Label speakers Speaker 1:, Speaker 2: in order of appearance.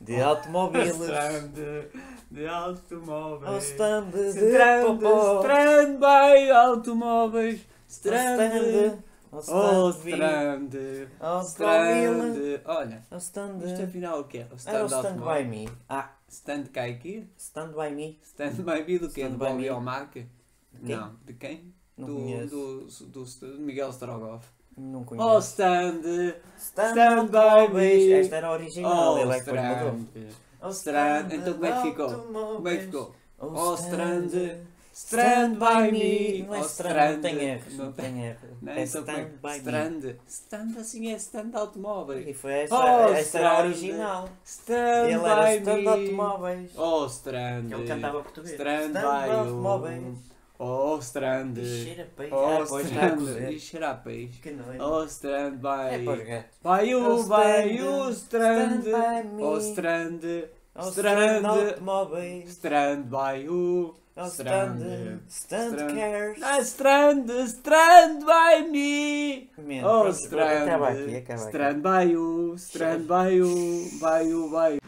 Speaker 1: de automóveis
Speaker 2: Stand de
Speaker 1: ao
Speaker 2: automóveis.
Speaker 1: stand de
Speaker 2: Strand,
Speaker 1: popó.
Speaker 2: strand by automóveis. Strand.
Speaker 1: Ao
Speaker 2: Oh,
Speaker 1: stand de
Speaker 2: strand.
Speaker 1: ao
Speaker 2: Strand.
Speaker 1: automóvel,
Speaker 2: Olha,
Speaker 1: ao stand
Speaker 2: isto
Speaker 1: de...
Speaker 2: afinal o que é? O stand
Speaker 1: Era o stand
Speaker 2: automóvel.
Speaker 1: by me. Ah,
Speaker 2: Stand cai aqui?
Speaker 1: stand by me.
Speaker 2: Stand by me do quê?
Speaker 1: Stand
Speaker 2: Do
Speaker 1: by
Speaker 2: Bobby
Speaker 1: me.
Speaker 2: Almarca?
Speaker 1: quem?
Speaker 2: Não, de quem?
Speaker 1: Não
Speaker 2: do,
Speaker 1: conheço.
Speaker 2: do, do, do Miguel Strogoff.
Speaker 1: Não conheço.
Speaker 2: Oh, stand.
Speaker 1: stand,
Speaker 2: stand
Speaker 1: de
Speaker 2: by
Speaker 1: automóveis.
Speaker 2: me.
Speaker 1: Esta era a original,
Speaker 2: Oh,
Speaker 1: ele é que foi que mudou.
Speaker 2: strand.
Speaker 1: Ao
Speaker 2: Strand.
Speaker 1: stand
Speaker 2: Então
Speaker 1: de
Speaker 2: como é que ficou? Como é que
Speaker 1: automóveis,
Speaker 2: ficou?
Speaker 1: ao
Speaker 2: Oh, strand.
Speaker 1: Stand by me. Não é
Speaker 2: Oh,
Speaker 1: strand, não tem erros,
Speaker 2: Não
Speaker 1: não
Speaker 2: tem.
Speaker 1: tem erros.
Speaker 2: Não,
Speaker 1: É
Speaker 2: então como é
Speaker 1: stand
Speaker 2: que-
Speaker 1: by me.
Speaker 2: Strand. Strand assim é stand de automóveis.
Speaker 1: E foi essa,
Speaker 2: Oh,
Speaker 1: essa era a
Speaker 2: Strand.
Speaker 1: original.
Speaker 2: Stand
Speaker 1: Ele era
Speaker 2: by
Speaker 1: stand de
Speaker 2: me.
Speaker 1: automóveis.
Speaker 2: Oh, Strand.
Speaker 1: Ele cantava português.
Speaker 2: Strand
Speaker 1: de
Speaker 2: by
Speaker 1: automóveis.
Speaker 2: you. Oh, Strand.
Speaker 1: E cheira a peixe.
Speaker 2: Oh,
Speaker 1: ah, pois está a
Speaker 2: Strand. E
Speaker 1: cozer.
Speaker 2: cheira a peixe.
Speaker 1: Que noite.
Speaker 2: Oh, Strand by
Speaker 1: é para os gatos.
Speaker 2: Vai
Speaker 1: Oh,
Speaker 2: o,
Speaker 1: Strand.
Speaker 2: vai o Strand.
Speaker 1: Stand by me.
Speaker 2: Oh, Strand.
Speaker 1: Ao
Speaker 2: Strand.
Speaker 1: stand de automóveis.
Speaker 2: Strand, vai o.
Speaker 1: Ao
Speaker 2: Strand.
Speaker 1: stand. de- Stand
Speaker 2: Strand.
Speaker 1: cares.
Speaker 2: Ah, Strand, Strand, vai me.
Speaker 1: Menos.
Speaker 2: Oh,
Speaker 1: Pronto,
Speaker 2: Strand.
Speaker 1: Acaba aqui, acaba aqui.
Speaker 2: Strand, vai o. Strand, vai o. Vai o, vai